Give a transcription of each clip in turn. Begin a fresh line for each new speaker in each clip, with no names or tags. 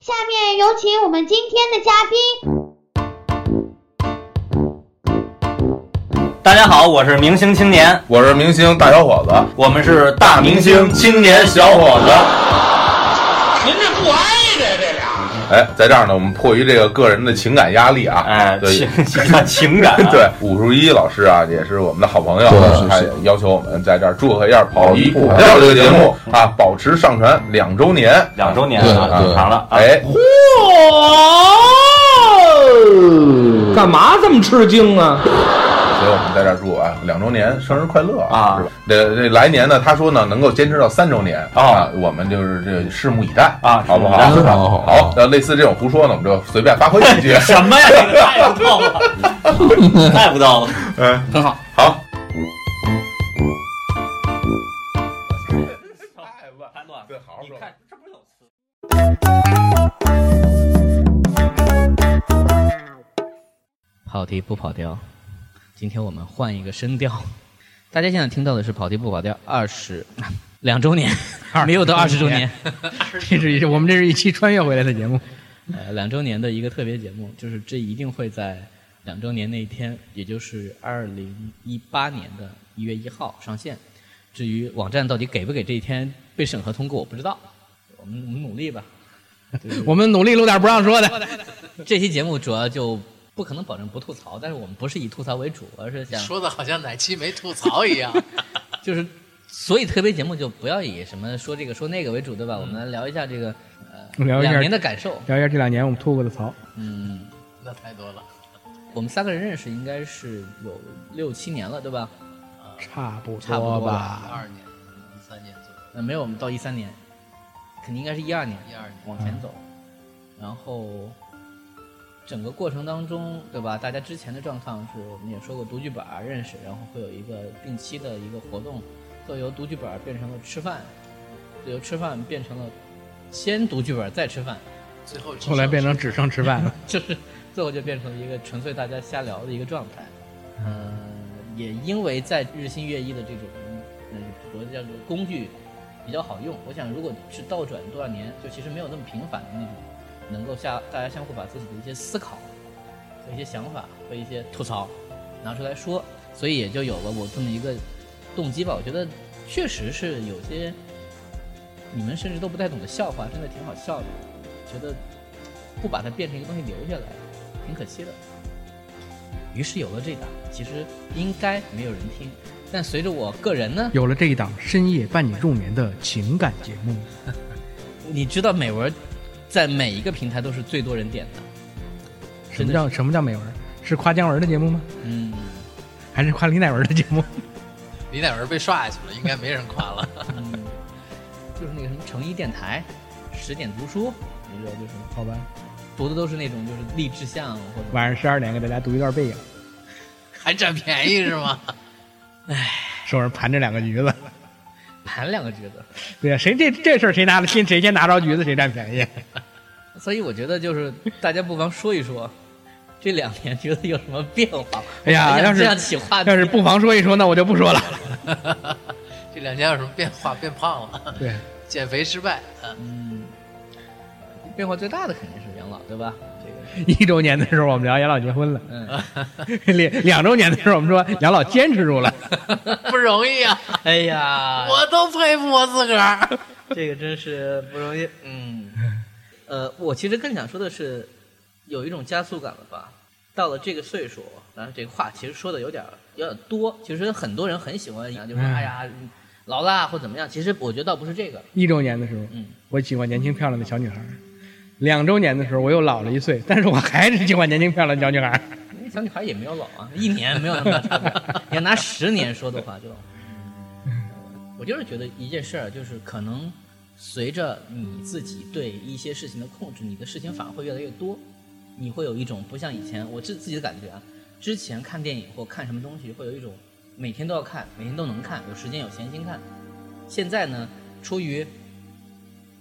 下面有请我们今天的嘉宾。
大家好，我是明星青年，
我是明星大小伙子，
我们是大明星青年小伙子。
您这不挨着这俩，
哎，在这儿呢，我们迫于这个个人的情感压力啊，
哎，
对
情情 感、啊，
对，武术一老师啊，也是我们的好朋友
对，是
还
是
要求我们在这儿祝贺一下《跑一
跑一
步
步》
这个节目啊，保持上传两周年。
两周年了，
对
正常了啊。
哎，
嚯！干嘛这么吃惊啊？
所以我们在这儿祝啊两周年生日快乐
啊
是吧？这这来年呢，他说呢能够坚持到三周年
哦
啊，我们就是这拭目以待
啊
好不好？
拭目。
以待好好好
好，那类似这种胡说呢，我们就随便发挥几句
什么呀？这个太不到了，太不到了。
嗯，
很好。
好。对好好说
你看，这不是有词？
跑题不跑调，今天我们换一个声调。大家现在听到的是《跑题不跑调》二十两周年，没有到 二十周年，
这是一我们这是一期穿越回来的节目，
呃，两周年的一个特别节目，就是这一定会在两周年那一天，也就是二零一八年的一月一号上线。至于网站到底给不给这一天被审核通过，我不知道，我们我们努力吧。
我们努力录点不让说的。
这期节目主要就不可能保证不吐槽，但是我们不是以吐槽为主，而是想
说的好像哪期没吐槽一样。
就是，所以特别节目就不要以什么说这个说那个为主，对吧？我们来聊一下这个呃
嗯聊一下
两年的感受。
聊一下这两年我们吐过的槽，
嗯，
那太多了，
我们三个人认识应该是有六七年了，对吧？
差不
差不多
吧？
二年、一三年左右，
呃，没有，我们到一三年，肯定应该是一二年
一二年
往前走。
嗯
然后整个过程当中，对吧？大家之前的状况是我们也说过读剧本儿认识，然后会有一个定期的一个活动，都由读剧本儿变成了吃饭，由吃饭变成了先读剧本儿再吃饭。
最后只
后来
剩
变成只剩吃饭了。
就是最后就变成了一个纯粹大家瞎聊的一个状态。呃，也因为在日新月异的这种，嗯，所谓叫做工具比较好用。我想，如果是倒转多少年，就其实没有那么频繁的那种，能够下大家相互把自己的一些思考、和一些想法和一些吐槽拿出来说，所以也就有了我这么一个动机吧。我觉得确实是有些你们甚至都不太懂的笑话，真的挺好笑的。觉得不把它变成一个东西留下来，挺可惜的。于是有了这档，其实应该没有人听，但随着我个人呢，
有了这一档深夜伴你入眠的情感节目，
你知道美文在每一个平台都是最多人点的，
什
真
么
的
叫什么叫美文？是夸姜文的节目吗？
嗯，
还是夸李乃文的节目？
李乃文被刷下去了，应该没人夸了。
嗯就是那个什么成一电台、十点读书，你知道就是
好吧，
读的都是那种就是励志向或者
晚上十二点给大家读一段背影，
还占便宜是吗？
手上盘着两个橘子。
盘两个橘子，
对呀、谁这这事儿谁拿了先谁先拿着橘子谁占便宜？
所以我觉得就是大家不妨说一说。 这两年觉得有什么变化？
哎呀
我还想
要是
这样起话题，
要是不妨说一说，那我就不说了。
这两年有什么变化？变胖了，
对，
减肥失败，啊
嗯，变化最大的肯定是养老，对吧？这 个，
一周年的时候我们聊养老结婚了。
嗯，
两两周年的时候，我们说养老坚持住了，
不容易啊！
哎呀，
嗯
我都佩服我自个儿。
这个真是不容易。嗯，呃，我其实更想说的是，有一种加速感了吧？到了这个岁数，然后这个话其实说的有点儿有点儿多。其实很多人很喜欢，就说
嗯
哎呀，老啦或怎么样。其实我觉得倒不是这个，
一周年的时候，
嗯
我喜欢年轻漂亮的小女孩儿；两周年的时候，我又老了一岁，但是我还是喜欢年轻漂亮的小女孩儿。
那小女孩也没有老啊，一年没有那么大差别。你要拿十年说的话就，我就是觉得一件事儿，就是可能随着你自己对一些事情的控制，你的事情反而会越来越多，你会有一种不像以前，我自自己的感觉啊，之前看电影或看什么东西，会有一种每天都要看，每天都能看，有时间有闲心看。现在呢，出于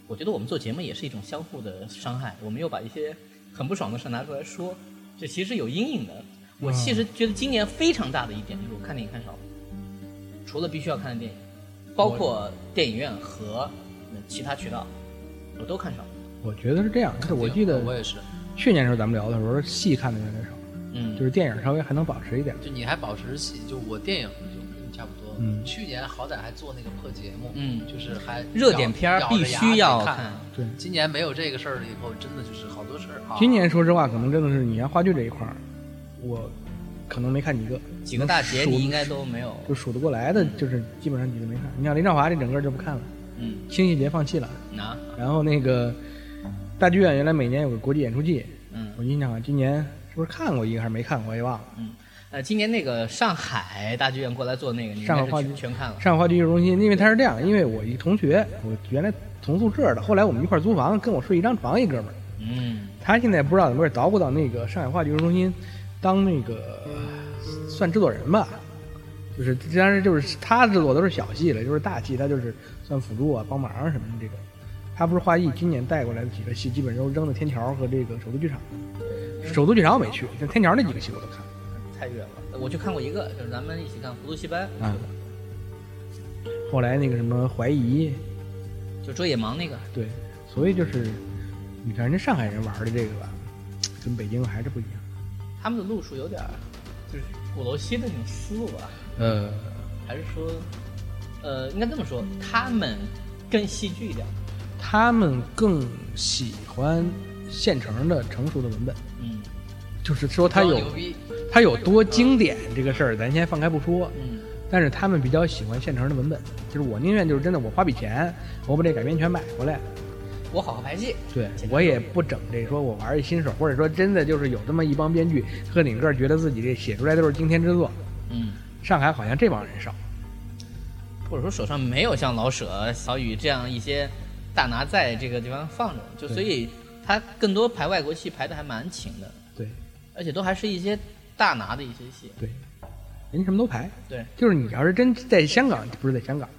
我觉得我们做节目也是一种相互的伤害，我们又把一些很不爽的事拿出来说，这其实有阴影的。我其
嗯
实觉得今年非常大的一点就是我看电影看少了，除了必须要看的电影，包括电影院和呃其他渠道，我都看少了。
我觉得是这样，就是 我记得
我也是，
去年时候咱们聊的时候，戏看的越来越少，
嗯，
就是电影稍微还能保持一点。
就你还保持起，就我电影就跟你差不多。
嗯
去年好歹还做那个破节目，
嗯
就是还
热点片儿
咬
必须要
咬着牙得
看
看。
对
今年没有这个事儿了以后，真的就是好多事儿啊。
今年说实话，可能真的是你看话剧这一块儿，我可能没看几个，
几个大节
数
你应该都没有，
就数得过来的，就是基本上几个没看。你像林兆华这整个就不看了，
嗯，
星戏节放弃了，
拿，
然后那个大剧院原来每年有个国际演出季，
嗯
我印象啊，今年是不是看过一个还是没看过，我也忘了。
嗯，呃，今年那个上海大剧院过来做那个，你应
上海
该是
话剧
全全看了，
上海话剧艺术中心，因为他是这样，因为我一同学，我原来同宿舍的，后来我们一块儿租房，跟我睡一张床一哥们儿，
嗯
他现在不知道怎么回事捣鼓到那个上海话剧艺术中心当那个算制作人吧，就是当然就是他制作都是小戏了，就是大戏他就是算辅助啊、帮忙啊什么的这种。他不是华谊今年带过来的几个戏，基本都扔在天桥和这个首都剧场。首都剧场我没去，但天桥那几个戏我都看。
太远了，我就看过一个，就是咱们一起看《糊涂戏班》，
啊后来那个什么怀疑，
就捉野蛮那个，
对，所以就是你看人家上海人玩的这个吧，跟北京还是不一样。
他们的路数有点儿就是鼓楼西的那种思路吧，
呃，
还是说，呃，应该这么说，他们更戏剧一点，
他们更喜欢现成的成熟的文本，
嗯，
就是说它
装
有
牛逼，
它有多经典这个事儿，咱先放开不说。
嗯
但是他们比较喜欢现成的文本，就是我宁愿就是真的，我花笔钱，我把这改编权买回来，
我好好拍戏，
对我也不整这说我玩一新手，或者说真的就是有这么一帮编剧，和领个觉得自己这写出来都是惊天之作。
嗯。
上海好像这帮人少，
或者说手上没有像老舍、小雨这样一些大拿在这个地方放着，就
对
所以他更多排外国戏排的还蛮勤的，
对
而且都还是一些大拿的一些戏。
对，人家什么都排。
对，
就是你要是真在香港，不是在香港，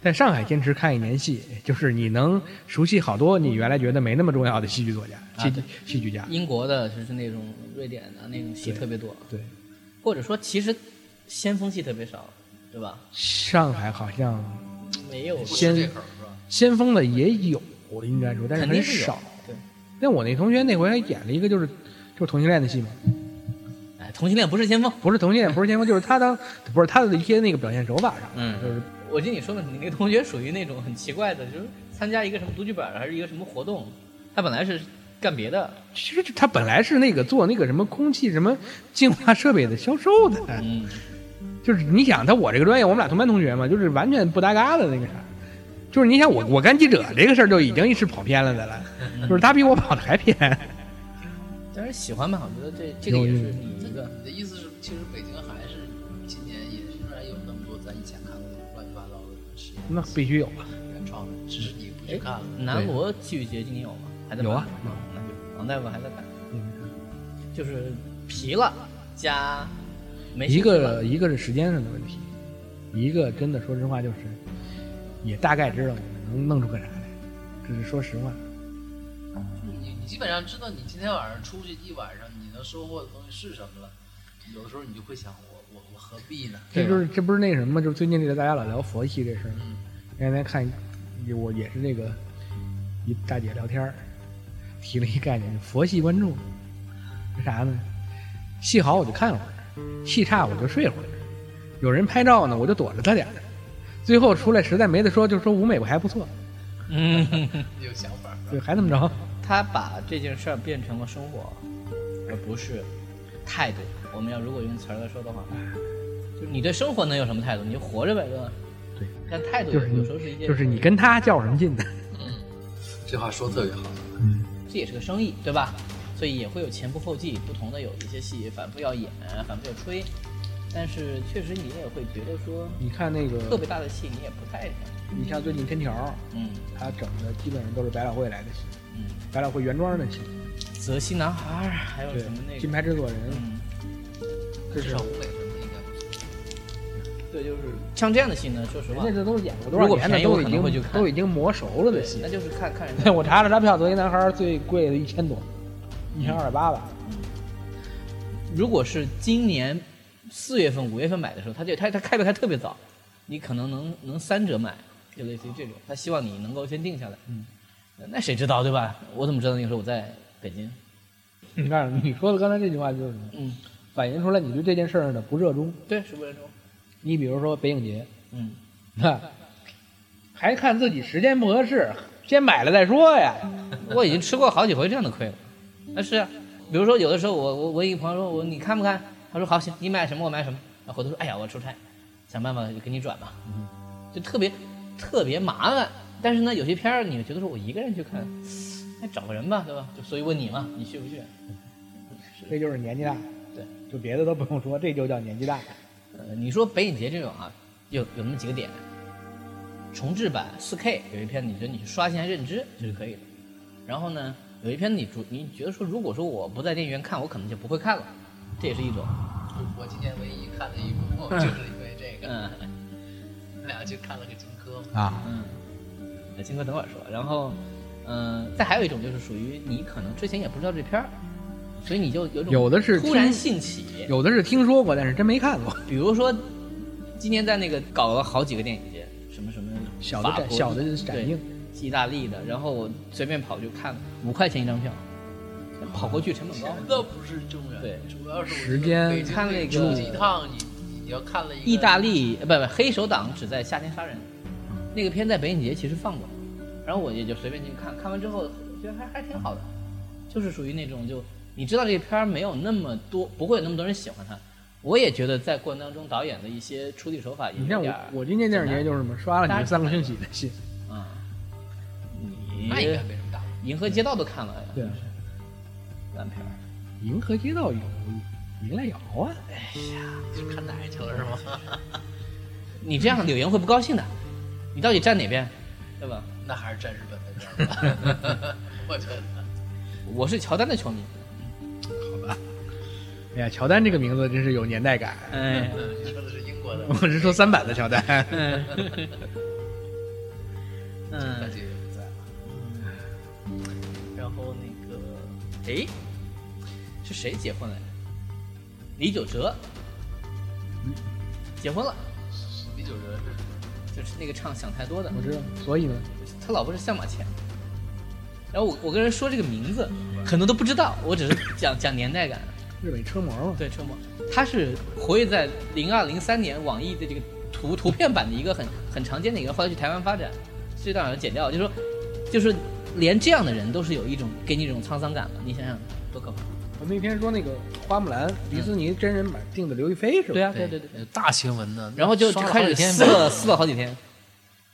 在上海坚持看一年戏，就是你能熟悉好多你原来觉得没那么重要的戏剧作家、
啊
戏剧、戏剧家。
英国的就是那种瑞典的那种戏
对
特别多，
对，
或者说其实先锋戏特别少，对吧？
上海好像
没有
不
先
吃这口儿是吧？
先锋的也有，应该说，但是
肯
很
定是有
少。
对，
但我那同学那回还演了一个就是就是同性恋的戏嘛，
哎，同性恋不是先锋。
不是同性恋，不是先锋，就是他当不是他的一些那个表现手法上，
嗯
就是
我记得你说的，你那个同学属于那种很奇怪的，就是参加一个什么读剧本还是一个什么活动，他本来是干别的，
其实就他本来是那个做那个什么空气什么净化设备的销售的，
嗯，
就是你想他我这个专业，我们俩同班同学嘛，就是完全不搭嘎的那个啥。就是你想我我干记者这个事儿就已经是跑偏了的了，就是他比我跑的还偏。
但是喜欢吧，我觉得这这个也是你一个，
你的意思是，其实北京还是今年也仍然有那么多咱以前看过的乱七八糟的实验
那必须有啊，
原创的，只是你
哎
不去看了。
南锣戏剧节今年有吗？还在
有
办
啊
吗，那就王大夫还在办，嗯就是皮了加没
一
兴趣了
个一个是时间上的问题，一个真的说实话就是也大概知道我们能弄出个啥来，这是说实话。
你你基本上知道你今天晚上出去一晚上你能收获的东西是什么了，有的时候你就会想我我我何必呢？
这就是这不是那什么，就是最近这个大家老聊佛系这事儿吗。
嗯
那天看一我也是那个一大姐聊天儿，提了一概念，佛系观众，是啥呢？戏好我就看会儿，戏差我就睡会儿，有人拍照呢我就躲着他点儿，最后出来实在没得说，就说舞美我还不错，
嗯，
有想法是吧？
对，还怎么着？
他把这件事儿变成了生活，而不是态度。我们要如果用词儿来说的话，就是你对生活能有什么态度？你就活着呗，对吧？
对，
但态度
就是
有
你
时候是一件，
就是你跟他较什么劲呢？
这话说得特别好。
这也是个生意，对吧？所以也会有前仆后继，不同的有一些戏反复要演，反复要吹，但是确实你也会觉得说，
你看那个，
特别大的戏你也不太想，
你像最近天桥，
嗯
他整的基本上都是百老汇来的戏，
嗯，
百老汇原装的戏，
泽西男孩儿还有嗯什么那
金
个，
牌制作人，
嗯，
这
至
是
少舞美什么的应该不错。
对，就是像这样的戏呢，说实
人
话
家，这都是演过多少
如果
年的，
便宜我
都
可
已
能
经
会去看
都已经磨熟了的
对，
戏
那。就是看看人 家
对，我查了查票，《德云男孩》最贵的一千多，一千二百八吧。
如果是今年四月份、五月份买的时候，他就他他开的还特别早，你可能能能三折买，就类似于这种。他希望你能够先定下来。嗯，那谁知道对吧？我怎么知道那个时候我在北京？
你看，你说的刚才这句话就是，
嗯，
反映出来你对这件事儿的不热衷。
对，是不是说？
你比如说北影节，
嗯，
那还看自己时间不合适，先买了再说呀。
我已经吃过好几回这样的亏了。那是啊，比如说有的时候我我我一个朋友说我你看不看？他说好行，你买什么我买什么。然后回头说哎呀我出差，想办法就给你转吧。就特别特别麻烦。但是呢，有些片儿你觉得说我一个人去看，那找个人吧，对吧？就所以问你嘛，你去不去？
这就是年纪大，
对，
就别的都不用说，这就叫年纪大。
呃，你说北影节这种啊，有有那么几个点，重制版 4K 有一片，你觉得你去刷新一下认知这是可以的。然后呢，有一片你主你觉得说，如果说我不在电影院看，我可能就不会看了，这也是一种。
我今年唯一看的一部，就是因为这个，
嗯
我们俩去看了个荆轲嘛。
啊，
嗯，那金哥等会儿说。然后，嗯、再还有一种就是属于你可能之前也不知道这片儿，所以你就有种
有的是
突然
听
兴起，
有的是听说过，但是真没看过。
比如说今年在那个搞了好几个电影节，什么什么
小的
法
展
国
小的展映，
意大利的，然后我随便跑去看，五块钱一张票，跑过去成本高
哦
钱。倒不是重要，
对
主要是我觉得
时间
北京
看那个
出去一趟，你你要看了一个
意大利呃不不，黑手党只在夏天杀人，那个片在北影节其实放过，然后我也就随便进去看，看完之后我觉得还还挺好的，就是属于那种就你知道这个片儿没有那么多，不会有那么多人喜欢它。我也觉得在过程当中，导演的一些处理手法也
你
有
看
点
我
儿，
我今年电影节就是什么，刷了你
大家
们三个星期的戏，
啊，
那应
你
该没什么大问题。
银河街道都看了呀，
对，
烂片儿，
银河街道有银来瑶啊，
你是看哪去了是吗？
你这样柳岩会不高兴的，你到底站哪边，对吧？
那还是站日本那边吧， 我觉得。
我是乔丹的球迷，
哎呀，乔丹这个名字真是有年代感。
哎，
嗯你说的是英国的
我，是说三版的乔丹，
那
嗯，
就不在了。
然
哦
后那个，哎，是谁结婚来着？李玖哲结婚了，
李玖哲是
就是那个唱《想太多》的，
我知道。所以呢，
他老婆是向马倩。然后我我跟人说这个名字，很多都不知道，我只是讲讲年代感。
日本车模嘛，
对，车模，他是活跃在零二零三年网易的这个图图片版的一个很很常见的一个，后来去台湾发展，这段要剪掉，就是说，就是连这样的人都是有一种给你一种沧桑感了，你想想多可怕！
我那天说那个花木兰，迪士尼真人版定的刘亦菲是吧？
对啊，对对对，
呃大新闻呢。
然后就就
刷了好
开
几
始
天
撕了撕了好几天，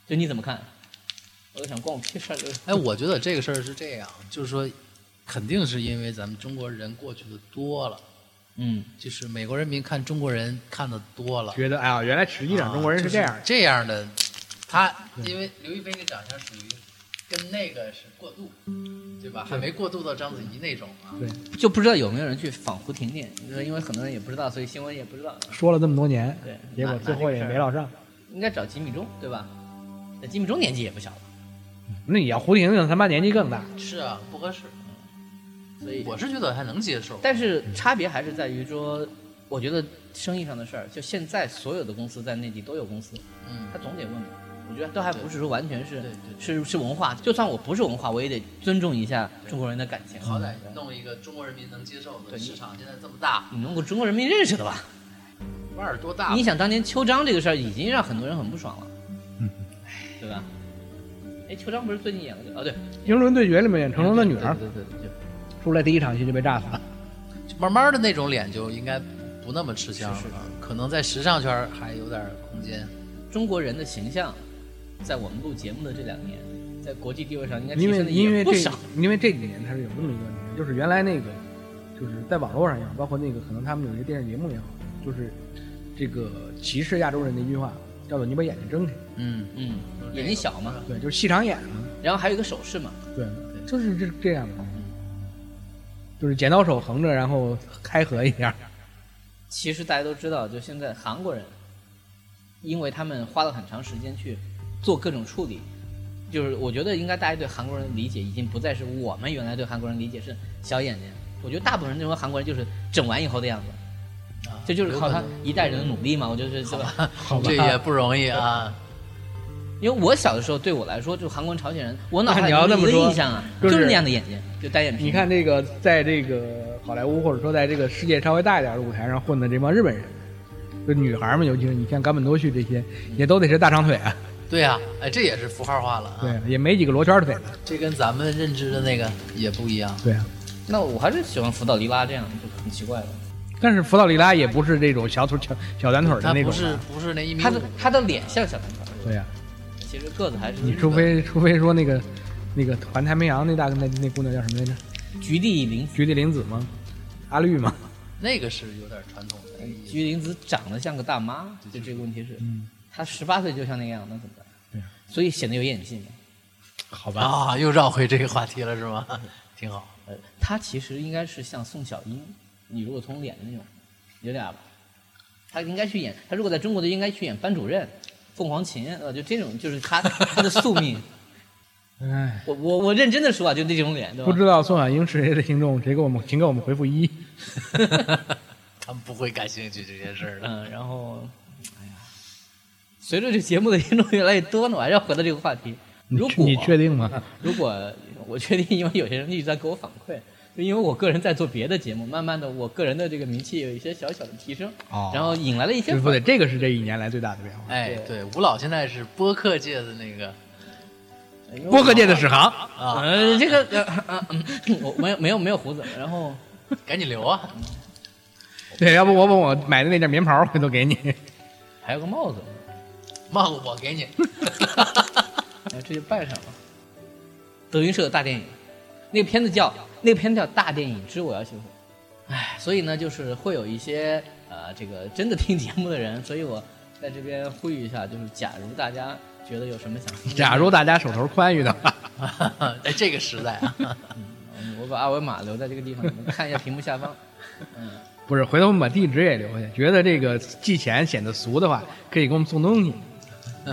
就你怎么看？我就想关我屁事儿，就是
哎，我觉得这个事儿是这样，就是说，肯定是因为咱们中国人过去的多了，
嗯，
就是美国人民看中国人看的多了，
觉得哎呀，原来实际上中国人是这样
啊
的。
就是这样的。他因为刘亦菲那长相属于跟那个是过渡，对吧？还没过渡到章子怡那种啊。
就不知道有没有人去仿胡婷婷，因为因为很多人也不知道，所以新闻也不知道。啊
说了这么多年，
对，
结果
拿
最后也没，落上。
拿这个事儿应该找吉米中对吧？那吉米中年纪也不小了，
那你要胡婷婷他妈年纪更大，
是啊，不合适。
所以
我是觉得还能接受。
但是差别还是在于说，我觉得生意上的事儿，就现在所有的公司在内地都有公司，
嗯，
他总得问我。我觉得都还不是说完全是
对对对
是是文化，就算我不是文化，我也得尊重一下中国人的感情。
好歹弄一个中国人民能接受的
对
市场，现在这么大，
你弄个中国人民认识的吧？
腕儿多
啊
大？
你想当年秋张这个事儿已经让很多人很不爽了，
嗯
对吧？哎，秋张不是最近演了个？哦，对，
《英伦对决》里面演成龙的女儿
对对对对对
出来第一场戏就被炸死了。
慢慢的那种脸就应该不那么吃香了，
是是
可能在时尚圈儿还有点空间。
中国人的形象，在我们录节目的这两年，在国际地位上应该提
因
升
为
的
因
也
为
不
这
少。
因为这几年它是有这么一个问题，就是原来那个就是在网络上也好，包括那个可能他们有些电视节目也好，就是这个歧视亚洲人的一句话叫做“你把眼睛睁开
嗯，
嗯，眼睛小嘛，”，
对，就是细长眼嘛，
然后还有一个手势嘛，
对，就是这这样的，就是剪刀手横着，然后开合一 下，
其实大家都知道，就现在韩国人，因为他们花了很长时间去做各种处理，就是我觉得应该大家对韩国人的理解已经不再是我们原来对韩国人理解是小眼睛，我觉得大部分人认为韩国人就是整完以后的样子，
啊
这就是靠他
有可能
嗯
一代人的努力嘛，我就是这个。
啊这也不容易啊。
因为我小的时候对我来说，就韩国人朝鲜人，我脑海
那
里
你要这么
的
说
印象啊，
就是
是那样的眼睛，就单眼皮。
你看这个，在这个好莱坞或者说在这个世界稍微大一点的舞台上混的这帮日本人，就女孩们，尤其是你像冈本多绪这些，也都得是大长腿啊，
对呀、哎，这也是符号化了啊。
对，也没几个罗圈腿的，
这跟咱们认知的那个也不一样。
对啊。
那我还是喜欢福岛莉拉这样，就很奇怪了。
但是福岛莉拉也不是这种小腿小小短腿的
他
那
不
种
是
啊，
不是那一米
他的
五，
他的脸像小男孩，
对呀、
其实个子还是
你除非除非说那个那个环太平洋那大那那姑娘叫什么来着？
菊地凛子，
菊地凛子吗？阿绿吗？
那个是有点传统的意思。
菊地凛子长得像个大妈，就这个问题是，
嗯
她十八岁就像那个样，那怎么办？
啊
所以显得有演技嘛。
好吧，
啊，又绕回这个话题了是吗？挺好。
呃，她其实应该是像宋小英，你如果从脸那种，有点儿吧，她应该去演，她如果在中国就应该去演班主任、凤凰琴，呃，就这种就是她她的宿命。
哎，
我我我认真的说啊，就那种脸，对吧？
不知道宋小英是谁的听众，谁给我们请给我们回复一。
他们不会感兴趣这件事儿 的。
嗯，然后，哎呀，随着这节目的听众越来越多呢，我还是要回到这个话题。
你
如
确
果
你确定吗？
如果我确定，因为有些人一直在给我反馈，就因为我个人在做别的节目，慢慢的我个人的这个名气有一些小小的提升，
哦
然后引来了一些
对
反
不对？这个是这一年来最大的变化。
哎，对，吴老现在是播客界的那个
播客界的史航，
啊，
呃，这个呃呃嗯我没有没有没有胡子，然后
赶紧留啊！
对，要不我把我买的那件棉袍回头给你。
还有个帽子，
帽子我给你。
哎，这就拜上了。德云社的大电影，那个片子叫那个片子叫《大电影之我要幸福》。哎，所以呢，就是会有一些呃，这个真的听节目的人，所以我在这边呼吁一下，就是假如大家觉得有什么想听的，
假如大家手头宽裕的话，
哎，这个时代啊，
嗯我把二维码留在这个地方，你们看一下屏幕下方。
不是回头我们把地址也留下。觉得这个寄钱显得俗的话，可以给我们送东西。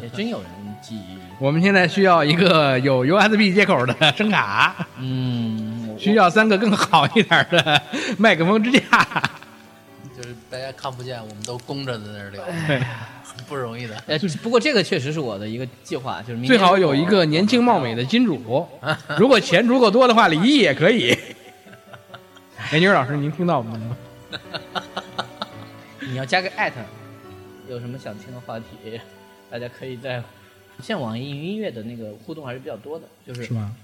也真有人寄，
我们现在需要一个有 USB 接口的声卡，
嗯，我
需要三个更好一点的麦克风支架。
就是大家看不见，我们都弓着在那儿聊，
对，
很不容易的。
呃，不过这个确实是我的一个计划，就是明年
最好有一个年轻貌美的金主，如果钱足够多的话，李毅也可 以。哎，牛老师，您听到我们了吗？
你要加个艾特，有什么想听的话题，大家可以在像网易云音乐的那个互动还是比较多的，就是
是吗？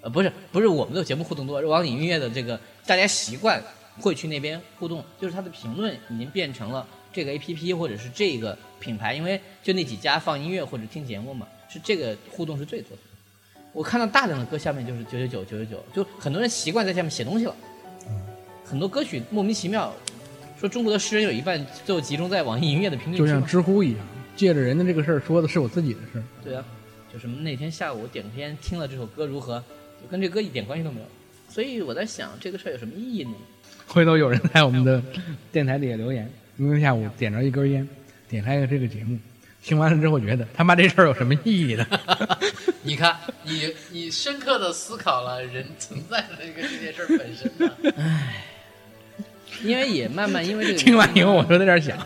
呃不是不是我们的节目互动多，是网易云音乐的这个大家习惯会去那边互动，就是它的评论已经变成了这个 A P P 或者是这个品牌，因为就那几家放音乐或者听节目嘛，是这个互动是最多的。我看到大量的歌下面就是九九九九九九，就很多人习惯在下面写东西了，
嗯
很多歌曲莫名其妙。说中国的诗人有一半就集中在网易音乐的评论区
就
嘛，
像知乎一样，借着人的这个事儿说的是我自己的事儿。
对啊，就什么那天下午我点片听了这首歌如何，就跟这歌一点关系都没有。所以我在想这个事儿有什么意义呢？
回头有人在我们的电台底下留言，因为下午点着一根烟，点开了这个节目，听完了之后觉得他妈这事儿有什么意义呢？
你看，你你深刻的思考了人存在的这个这件事儿本身呢。
因为也慢慢因为这个
听完以后，我就在这儿想，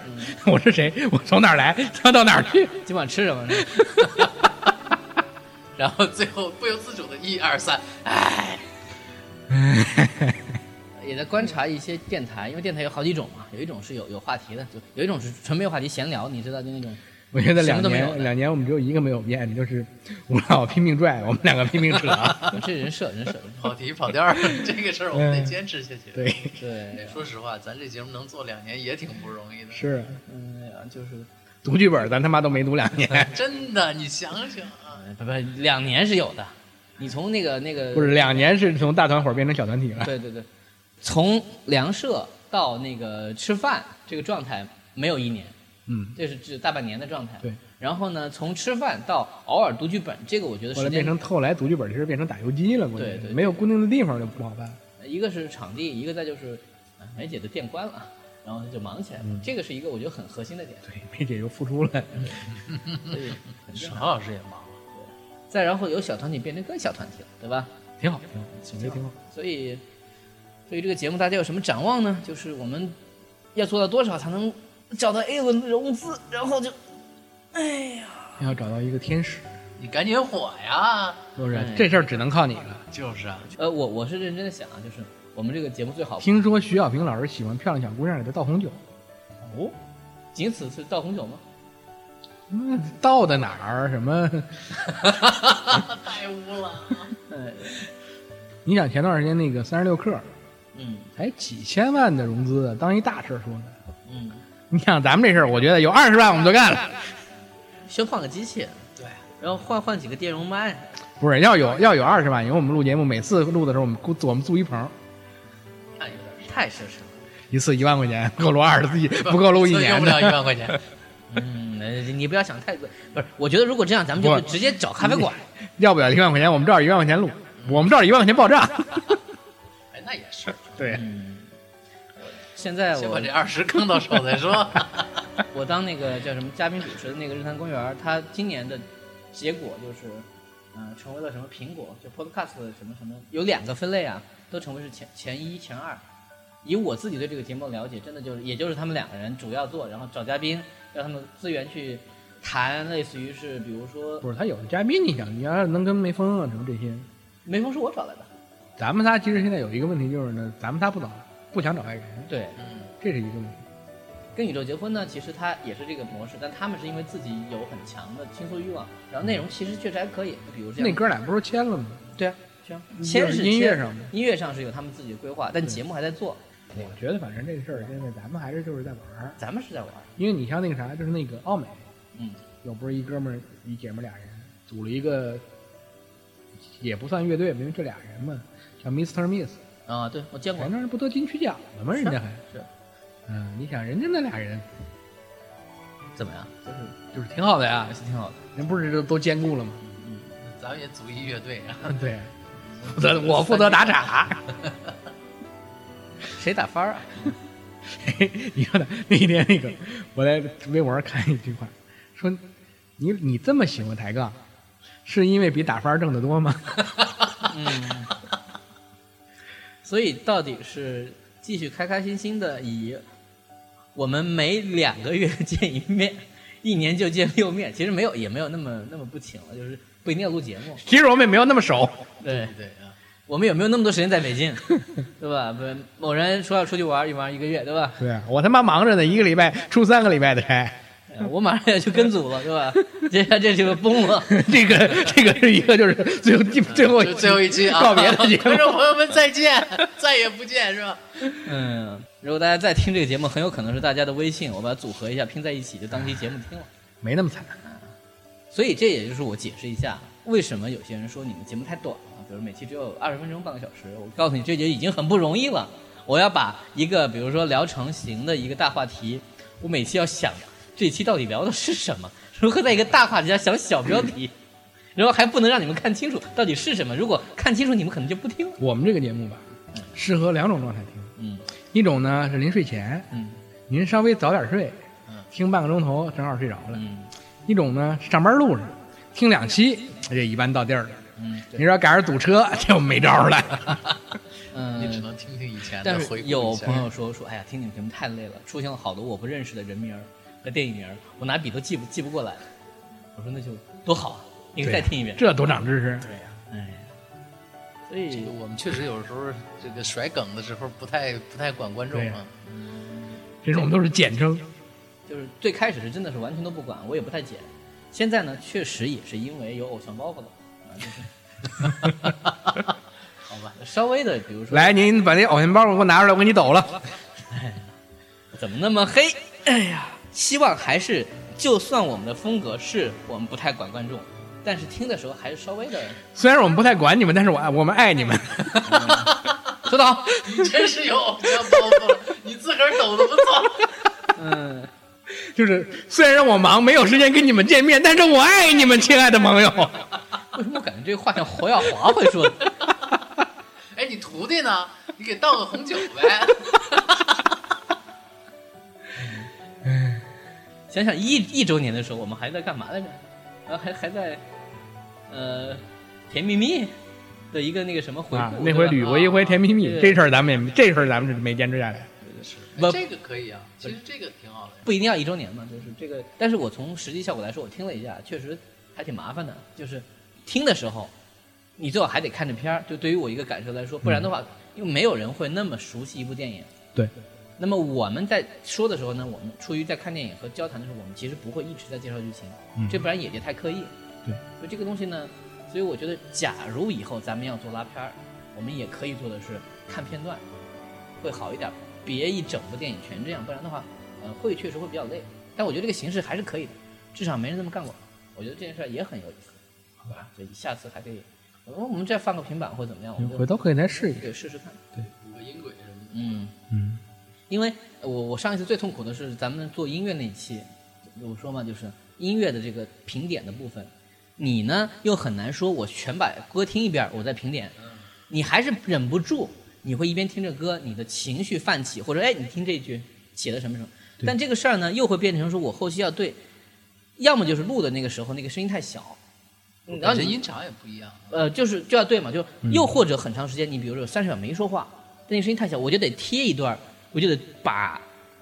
我是谁？我从哪儿来？要到哪儿去？
今晚吃什么呢？
然后最后不由自主的一二三，
也在观察一些电台，因为电台有好几种嘛，有一种是有有话题的，就有一种是纯没有话题闲聊，你知道就那种。
我觉得
什么
两
都没有
年
的
两年我们只有一个没有变，就是吴老拼命 拽，我们两个拼命扯。
我这人设人设，
跑题跑调儿了，这个事儿我们得坚持下去。
对，
对，
说实话，咱这节目能做两年也挺不容易的。
是
嗯，就是
读剧本，咱他妈都没读两年，
真的，你想想啊，
呃不不，两年是有的。你从那个那个
不是两年是从大团伙变成小团体 了。
对对对，从粮社到那个吃饭这个状态没有一年，
嗯，
这是指大半年的状态。
对。
然后呢，从吃饭到偶尔读剧本，这个我觉得
后
时
来变
间
成后来读剧本，其实变成打游击了，估计
对对对
没有固定的地方就不好办。
一个是场地，一个再就是哎梅姐的店关了，然后就忙起来了。
嗯
这个是一个我觉得很核心的点。
对，梅姐又复出了，
所以
沈老师也忙了。
再然后由小团体变成更小团体了，对吧？
挺好，挺好，总结挺好。
所以对于这个节目大家有什么展望呢？就是我们要做到多少才能找到 A 轮的融资，然后就
要找到一个天使，
你赶紧火呀！
不是
哎？
这事儿只能靠你了。
就是啊，
呃，我我是认真的想啊，就是我们这个节目最好
听说徐小平老师喜欢漂亮小姑娘，给她倒红酒，
哦，仅此是倒红酒吗？
嗯，倒的哪儿？什么？
太污了。
呃，
哎你想前段时间那个三十六氪
嗯
才几千万的融资，当一大事儿说呢。
嗯，
你想咱们这事儿，我觉得有二十万我们就干了。
先换个机器，
对，
然后换换几个电容麦，
不是要有要有二十万，因为我们录节目每次录的时候，我们租我们租一棚，
那有点
太奢侈了。
一次一万块钱， 够录二十 集，不够录一
所以用
年
不了一
的。
万块钱。
嗯，呃你不要想太多，不是？我觉得如果这样，咱们就
不
直接找咖啡馆。
要不了一万块钱，我们照一万块钱录，我们照一万块钱报 账。
哎，那也 是，
对，
嗯，现在
先
我
把这二十坑到手再说。
我当那个叫什么嘉宾主持的那个日坛公园，它今年的结果就是，嗯、成为了什么苹果就 Podcast 的什么什么，有两个分类啊，都成为是前前一前二。以我自己对这个节目的了解，真的就是也就是他们两个人主要做，然后找嘉宾，让他们资源去谈，类似于是比如说
不是他有嘉宾，你想，你要是能跟梅峰啊什么这些，
梅峰是我找来的，
咱们仨其实现在有一个问题就是呢，咱们仨不找不想找外人，
对，
嗯，
这是一个问题。
跟宇宙结婚呢，其实它也是这个模式，但他们是因为自己有很强的倾诉欲望，然后内容其实确实还可以，比如这样
那哥俩不是签了吗？
对啊，行，
就
先
是
是
音乐
签
上吗？
音乐上是有他们自己的规划，但节目还在做，
我觉得反正这个事儿现在咱们还是就是在玩儿，
咱们是在玩儿。
因为你像那个啥，就是那个奥美，
嗯，
又不是一哥们儿一姐们儿俩人组了一个，也不算乐队，因为就俩人嘛，叫 Mr. Miss，
啊，对，我见过
前，段儿不得金曲奖了吗？人家还
是，啊
嗯，你想人家那俩人
怎么样？
就是挺好的呀
还，是挺好的。
人不是都都兼顾了吗？
咱们也组一乐队，然啊后
嗯啊
对，负责我负责打岔。啊
谁打分儿啊？
你说的那一天那个，我在微博上看一句话，说你你这么喜欢抬杠，是因为比打分挣得多吗？
嗯，所以到底是继续开开心心的以我们每两个月见一面，一年就见六 面，其实没有也没有那么那么不请了，就是不一定要录节目。
其实我们也没有那么熟，
对，
对啊，
我们有没有那么多时间在北京， 对吧？不，某人说要出去玩儿一玩儿一个月，对吧？
对啊，我他妈忙着呢，一个礼拜出三个礼拜的差，
呃我马上要去跟组了，对吧？这下这就崩了。
这个这个是一个就是最后一最后
就最后一期啊，
告别的节目
观众朋友们再见， 再也不见是吧？
嗯，如果大家再听这个节目，很有可能是大家的微信，我把它组合一下拼在一起，就当期节目听了。
没那么惨，
所以这也就是我解释一下，为什么有些人说你们节目太短了，比如每期只有二十分钟、半个小时。我告诉你，这就已经很不容易了。我要把一个比如说聊成型的一个大话题，我每期要想这期到底聊的是什么，如何在一个大话题下想小标题，然后还不能让你们看清楚到底是什么。如果看清楚，你们可能就不听了。
我们这个节目吧，适合两种状态听，
嗯
一种呢是临睡前，
嗯
您稍微早点睡
嗯，
听半个钟头正好睡着了；
嗯
一种呢上班路上听两期，这一般到地儿了。
嗯，
你说赶上堵 车就没招儿了。
嗯，
你只能听听以前的
但是
回顾
有
一下
朋友说说，哎呀，听你们节目太累了，出现了好多我不认识的人名儿和电影名儿，我拿笔都记不记不过来。我说那就多好啊，你可以再听一遍。
这多长知识！
哎，所以
我们确实有时候这个甩梗的时候不太不太管观众
对
啊，
这种都是简称。
就是最开始是真的是完全都不管，我也不太解。现在呢，确实也是因为有偶像包袱了，啊，就是 好吧，稍微的，比如说
来，您把那偶像包袱给我拿出来，我给你抖了。
怎么那么黑？哎呀，希望还是，就算我们的风格是我们不太管观众，但是听的时候还是稍微的。
虽然我们不太管你们，但是我爱我们爱你们。嗯
收到。
你 真是有偶像包袱了，你自个儿抖的不错。
嗯，
就是虽然我忙，没有时间跟你们见面，但是我爱你们，亲爱的朋友。
为什么我感觉这话像侯耀华会说的？
哎，你徒弟呢？你给倒个红酒呗。 哎
想想一一周年的时候，我们还在干嘛来着？然后还还在，呃，甜蜜蜜的一个那个什么回顾。
啊，
对
那
吧
回捋过一回甜蜜蜜，
对
这事儿咱们也没这事儿咱们是没坚持下来。
不
哎这个可以啊，其实这个挺好的呀。
不一定要一周年嘛，就是这个。但是我从实际效果来说，我听了一下，确实还挺麻烦的，就是听的时候，你最好还得看着片儿。就对于我一个感受来说，不然的
嗯
话，因为没有人会那么熟悉一部电影。
对。
那么我们在说的时候呢，我们出于在看电影和交谈的时候，我们其实不会一直在介绍剧情，
嗯
这不然也也太刻意。
对。
所以这个东西呢，所以我觉得，假如以后咱们要做拉片儿，我们也可以做的是看片段，会好一点，别一整部电影全这样，不然的话，呃，会确实会比较累。但我觉得这个形式还是可以的，至少没人这么干过。我觉得这件事儿也很有意思，好吧？所以下次还可以，我我们再放个平板或者怎么样，我们就
回头可以再试一试。
对试试看。
五个音轨什么的。
嗯，
嗯，
因为我我上一次最痛苦的是咱们做音乐那一期，我说嘛，就是音乐的这个评点的部分，你呢又很难说，我全把歌听一遍儿，我再评点，
嗯
你还是忍不住，你会一边听着歌，你的情绪泛起，或者哎，你听这句写的什么什么，但这个事儿呢，又会变成说我后期要对，要么就是录的那个时候那个声音太小，然后
这
你
音场也不一样。
呃，就是就要对嘛，就又或者很长时间，你比如说有三十秒没说话，但那声音太小，我就得贴一段儿，我就得把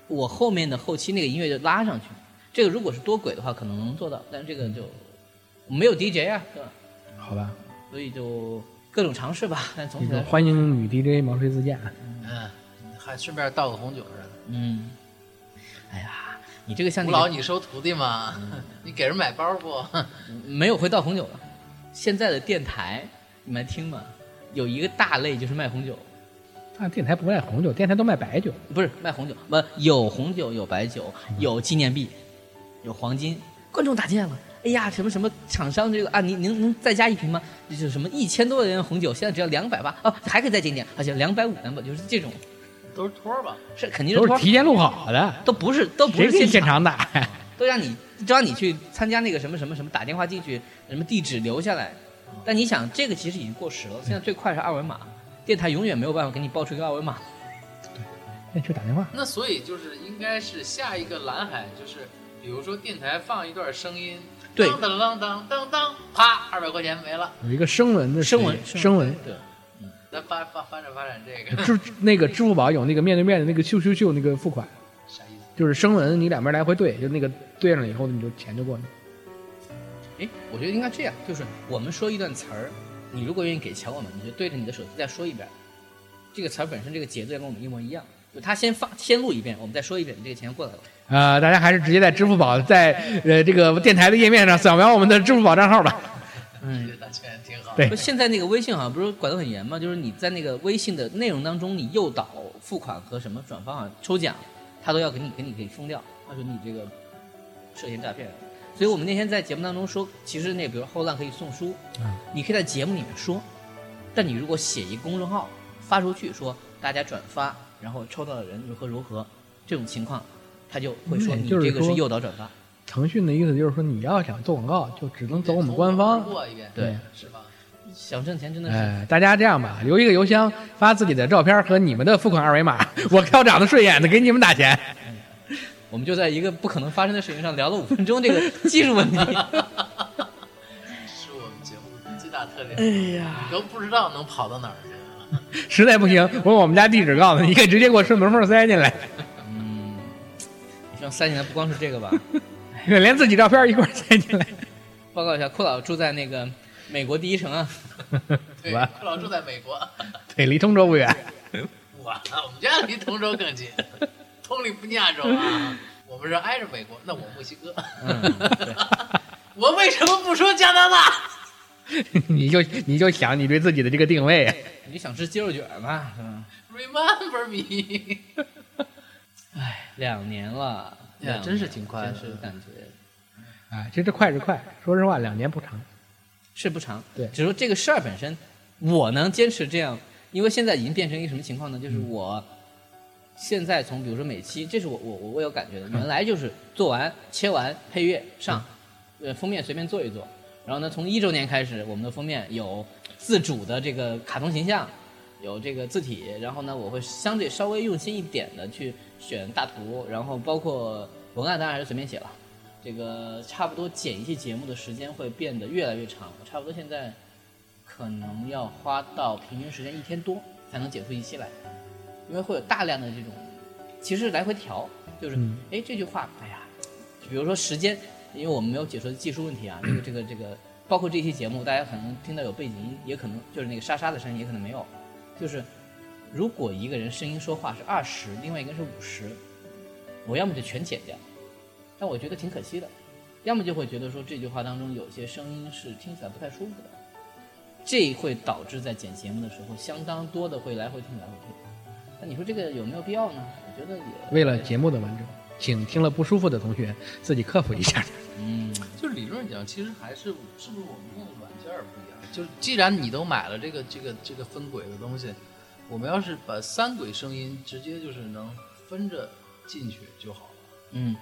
我后面的后期那个音乐就拉上去。这个如果是多轨的话，可能能做到，但是这个就没有 DJ 啊，对吧？
好吧，
所以就各种尝试吧。但总
这
体
个
来说，
欢迎女 DJ 毛遂自荐。啊
嗯，还顺便倒个红酒啥的。
嗯，哎呀，你这个像
吴
那
老，
个
你收徒弟吗？ 你给人买包不？
没有会倒红酒的，现在的电台你们还听吗？有一个大类就是卖红酒，
但啊电台不卖红酒，电台都卖白酒。
不是卖红酒，不有红酒，有白酒，有纪念币，有黄金。观众打进来了，哎呀，什么什么厂商这个啊，您您能再加一瓶吗？就是什么一千多元红酒，现在只要两百八哦，还可以再减点，而且两百五、两百就是这种，
都是托儿吧？
是肯定
都
是
是
托
提前录好的，
都不是都不
谁
是
给你
现
现场
场，
的？
都让你都让你去参加那个什么什么什么，打电话进去，什么地址留下来。但你想，这个其实已经过时了，现在最快是二维码，电台永远没有办法给你报出一个二维码。
那去打电话。
那所以就是应该是下一个蓝海，就是比如说电台放一段声音，
对
当当当当当当，啪，二百块钱没了。
有一个声纹的
声纹，
声纹，
对。
咱发发发展发展这个，
支那个支付宝有那个面对面的那个咻咻咻那个付款，
啥意思？
就是声纹，你两边来回对，就那个对上以后，你就钱就过去。
哎，我觉得应该这样，就是我们说一段词儿，你如果愿意给钱我们，你就对着你的手机再说一遍，这个词儿本身这个节奏要跟我们一模一样，就他先放先录一遍，我们再说一遍，你这个钱过来了。
呃，大家还是直接在支付宝在呃这个电台的页面上扫描我们的支付宝账号吧。
这
嗯，
个打拳挺好。
对
不是现在那个微信好像不是管得很严吗？就是你在那个微信的内容当中，你诱导付款和什么转发啊、抽奖，他都要给你给你给封掉，他说你这个涉嫌诈骗。所以我们那天在节目当中说，其实那比如后浪可以送书，你可以在节目里面说，但你如果写一公众号发出去说大家转发，然后抽到的人如何如何，这种情况，他就会说
嗯
你
就是
这个是
说
诱导转发。
腾讯的意思就是说，你要想做广告，就只能走我们官
从头
方。
过一遍，
对，
是吧？
想挣钱真的是。
呃，大家这样吧，留一个邮箱，发自己的照片和你们的付款二维码， 我挑长得顺眼的给你们打钱。
我们就在一个不可能发生的事情上聊了五分钟这 个技术问题。
是我们节目的最大特点。哎呀，你都不知道能跑到哪儿去。
实在不行，我把我们家地址告诉你，你可以直接给我顺门缝塞进来，
嗯，你像塞进来不光是这个吧？
连自己照片一块儿塞进来。
报告一下，库老住在那个美国第一城 啊，
对，
吧
克老住在美国，
对，离通州不 远。
我我们家离通州更近，通利福尼亚州啊。我们是挨着美国，那我墨西哥。
嗯
我为什么不说加拿大？
你就你就想你对自己的这个定位，啊
你就想吃鸡肉卷嘛，是吧？嗯
Remember me，
两年了，
哎呀
两年
真是挺快的
真是感觉
啊，其实快是快，说实话，两年不长。
是不长。
对
只是说这个事儿本身，我能坚持这样，因为现在已经变成一个什么情况呢？就是我现在从比如说每期，这是我我我我有感觉的，原来就是做完切完配乐上，呃封面随便做一做，然后呢从一周年开始，我们的封面有自主的这个卡通形象。有这个字体，然后呢，我会相对稍微用心一点的去选大图，然后包括文案，当然还是随便写了。这个差不多剪一期节目的时间会变得越来越长，我差不多现在可能要花到平均时间一天多才能剪出一期来，因为会有大量的这种，其实来回调，就是哎、这句话，哎呀，比如说时间，因为我们没有解说技术问题啊，这个这个这个，包括这期节目，大家可能听到有背景音，也可能就是那个沙沙的声音，也可能没有。就是如果一个人声音说话是二十，另外一个人是五十，我要么就全剪掉，但我觉得挺可惜的；要么就会觉得说这句话当中有些声音是听起来不太舒服的，这会导致在剪节目的时候相当多的会来回听来回听。那你说这个有没有必要呢？我觉得也
为了节目的完整，请听了不舒服的同学自己克服一下。
嗯，
就理论上讲，其实还是是不是我们用的软件儿不一样？就是既然你都买了这个这个这个分轨的东西，我们要是把三轨声音直接就是能分着进去就好了。
嗯，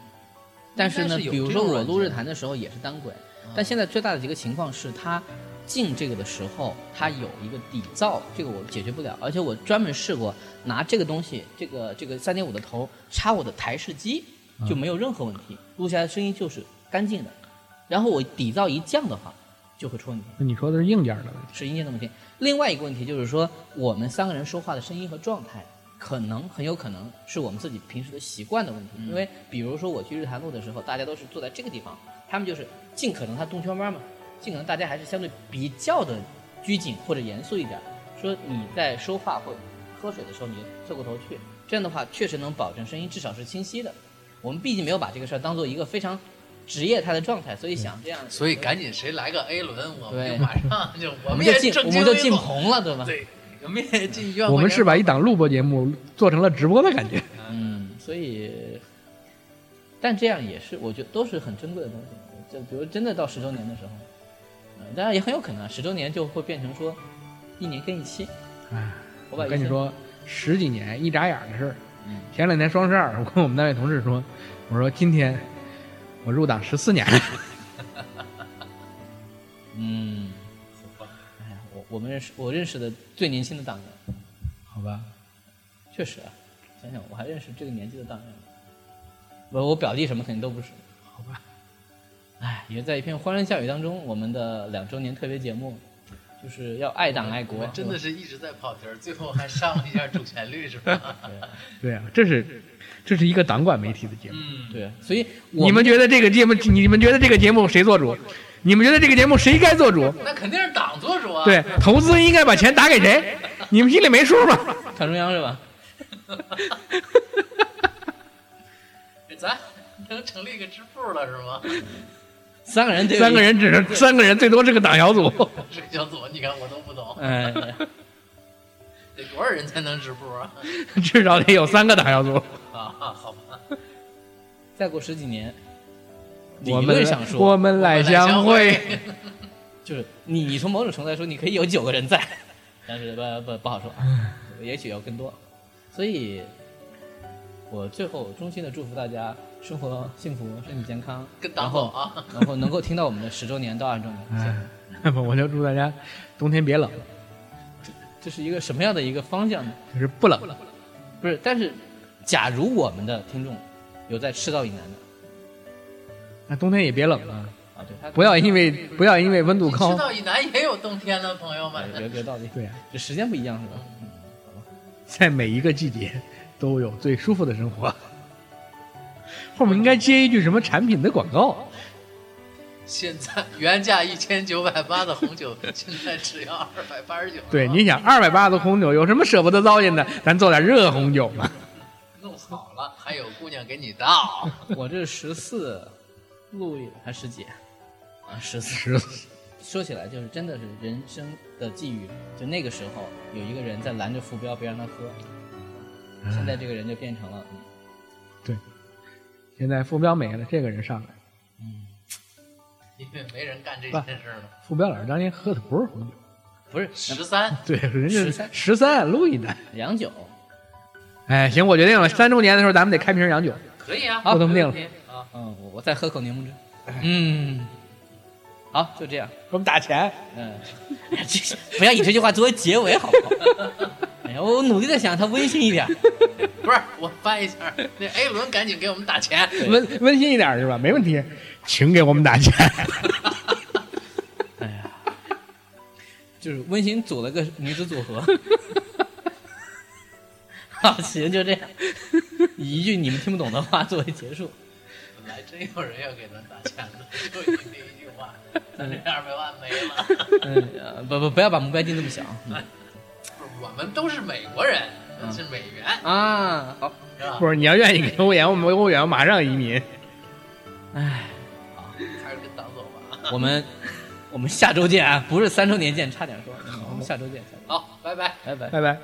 但是
应该
呢，
是有
比如
这
说
种
我
软
录
件啊
日坛的时候也是单轨，但现在最大的一个情况是，它进这个的时候，它有一个底噪，这个我解决不了。而且我专门试过拿这个东西，这个这个三点五的头插我的台式机，
嗯
就没有任何问题，录下来的声音就是干净的。然后我底噪一降的话，就会出问题。
那你说的是硬件的问题，
是音乐的问题。另外一个问题就是说，我们三个人说话的声音和状态，可能很有可能是我们自己平时的习惯的问题。因
嗯
为比如说我去日坛路的时候，大家都是坐在这个地方，他们就是尽可能他动圈弯嘛，尽可能大家还是相对比较的拘谨或者严肃一点。说你在说话或喝水的时候，你就侧过头去，这样的话确实能保证声音至少是清晰的。我们毕竟没有把这个事儿当做一个非常职业态的状态，所以想这样，
所以赶紧谁来个 A 轮，我们
对
就马上 就我
我
们
们
也
就进
正
我
襟
们就
危
进
坐，
棚了，对吧？
对，嗯我们也进医院。
我们是把一档录播节目做成了直播的感觉。
嗯，所以，但这样也是，我觉得都是很珍贵的东西。就比如真的到十周年的时候，呃，当然也很有可能啊十周年就会变成说一年更一期。
哎，
我把嗯
跟你
一些，
说，十几年一眨眼的事儿。前两天双十二，我跟我们单位同事说，我说今天我入党十四年了，
嗯，哎呀，我我们认识我认识的最年轻的党员，
好吧？
确实啊，想想我还认识这个年纪的党员吗，我我表弟什么肯定都不是，好吧？哎，也在一片欢声笑语当中，我们的两周年特别节目就是要爱党爱
我
国
嗯
们，真的
是吧。
是一直在跑题儿，最后还上了一下主旋律是 吧？
对啊，这是这是一个党管媒体的节目。
嗯，
对，所以我
你们觉得这个节目，你们觉得这个节目谁做主？你们觉得这个节目谁该做主？
那肯定是党做主啊。
对，投资应该把钱打给谁？你们心里没数吗？
党中央是吧？
咱能成立一个支部了是吗？
三个人得有一
三个，人只能三个人最多是个党小 组。
水小组，你看我都不懂，
哎，
得多少人才能直 播啊？
至少得有三个党小组。
啊，好吧，
再过十几年，理
我们
论上说
我们来
相
相会。
就是你，你从某种程度来说，你可以有九个人在， 但是不不不好说啊，也许有更多。所以，我最后衷心的祝福大家生活幸福，身体健康，
跟
然
党走
后
啊！
然后能够听到我们的十周年到二十周年，
那么 我就祝大家冬天别冷，
这是一个什么样的一个方向呢？
就是不冷。
不是，但是假如我们的听众有在赤道以南的
那冬天也别冷啊，
啊，对，他
不要因为不要因为温度
赤
高。
道以南也有冬天了，朋友
哎
们。
有有道理，
对啊，
这时间不一样是吧？嗯
在每一个季节都有最舒服的生活。后面应该接一句什么产品的广告？啊
现在原价一千九百八的红酒， 现在只要二百八十九。
对，你想二百八的红酒有什么舍不得糟践的？咱做点热红酒嘛。
弄好了，还有姑娘给你倒。
我这十四录一还十几啊？十四。
十
说起来就是真的是人生的际遇，就那个时候有一个人在拦着浮标，别让他喝。现在这个人就变成了，嗯
现在副标没了，这个人上来。
因为没人干这件事了。
副标老师当年喝的不是红酒，
不是
十三，
对，人家
13
十三路易的。
洋酒。
哎，行，我决定了，三周年的时候咱们得开瓶洋酒。
可以啊，
我都不定了
没问题啊。
嗯，我我再喝口柠檬汁。嗯，好，就这样。
给我们打钱，
嗯， 这不要以这句话作为结尾，好不好？哎呀，我努力的想它温馨一点。
不是，我翻一下，那 A 轮赶紧给我们打钱。
温温馨一点是吧？没问题，请给我们打 钱。
哎呀，就是温馨组了个女子组 合。好，行，就这样，以一句你们听不懂的话作为结束。
本来真有人要给咱打钱的， 就你那一句话，咱这二百万没了。
嗯，呃不不，不要把目标定那么小嗯
我们都是美国人，是美元，
啊！好，
是吧？
不是，你要愿意给欧元，我们欧元我马上移民。
哎，
啊还是跟党走吧。
我们我们下周见啊，不是三周年见，差点说，嗯我们下周见，下周见
好，拜拜。
拜拜。
拜拜，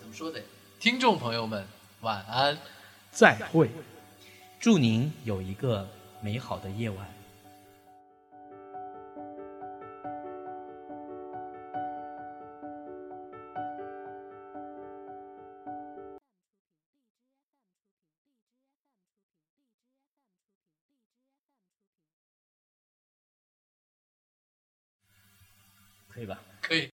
怎么说的？听众朋友们，晚安。
再会。
祝您有一个美好的夜晚。可以吧？
可以。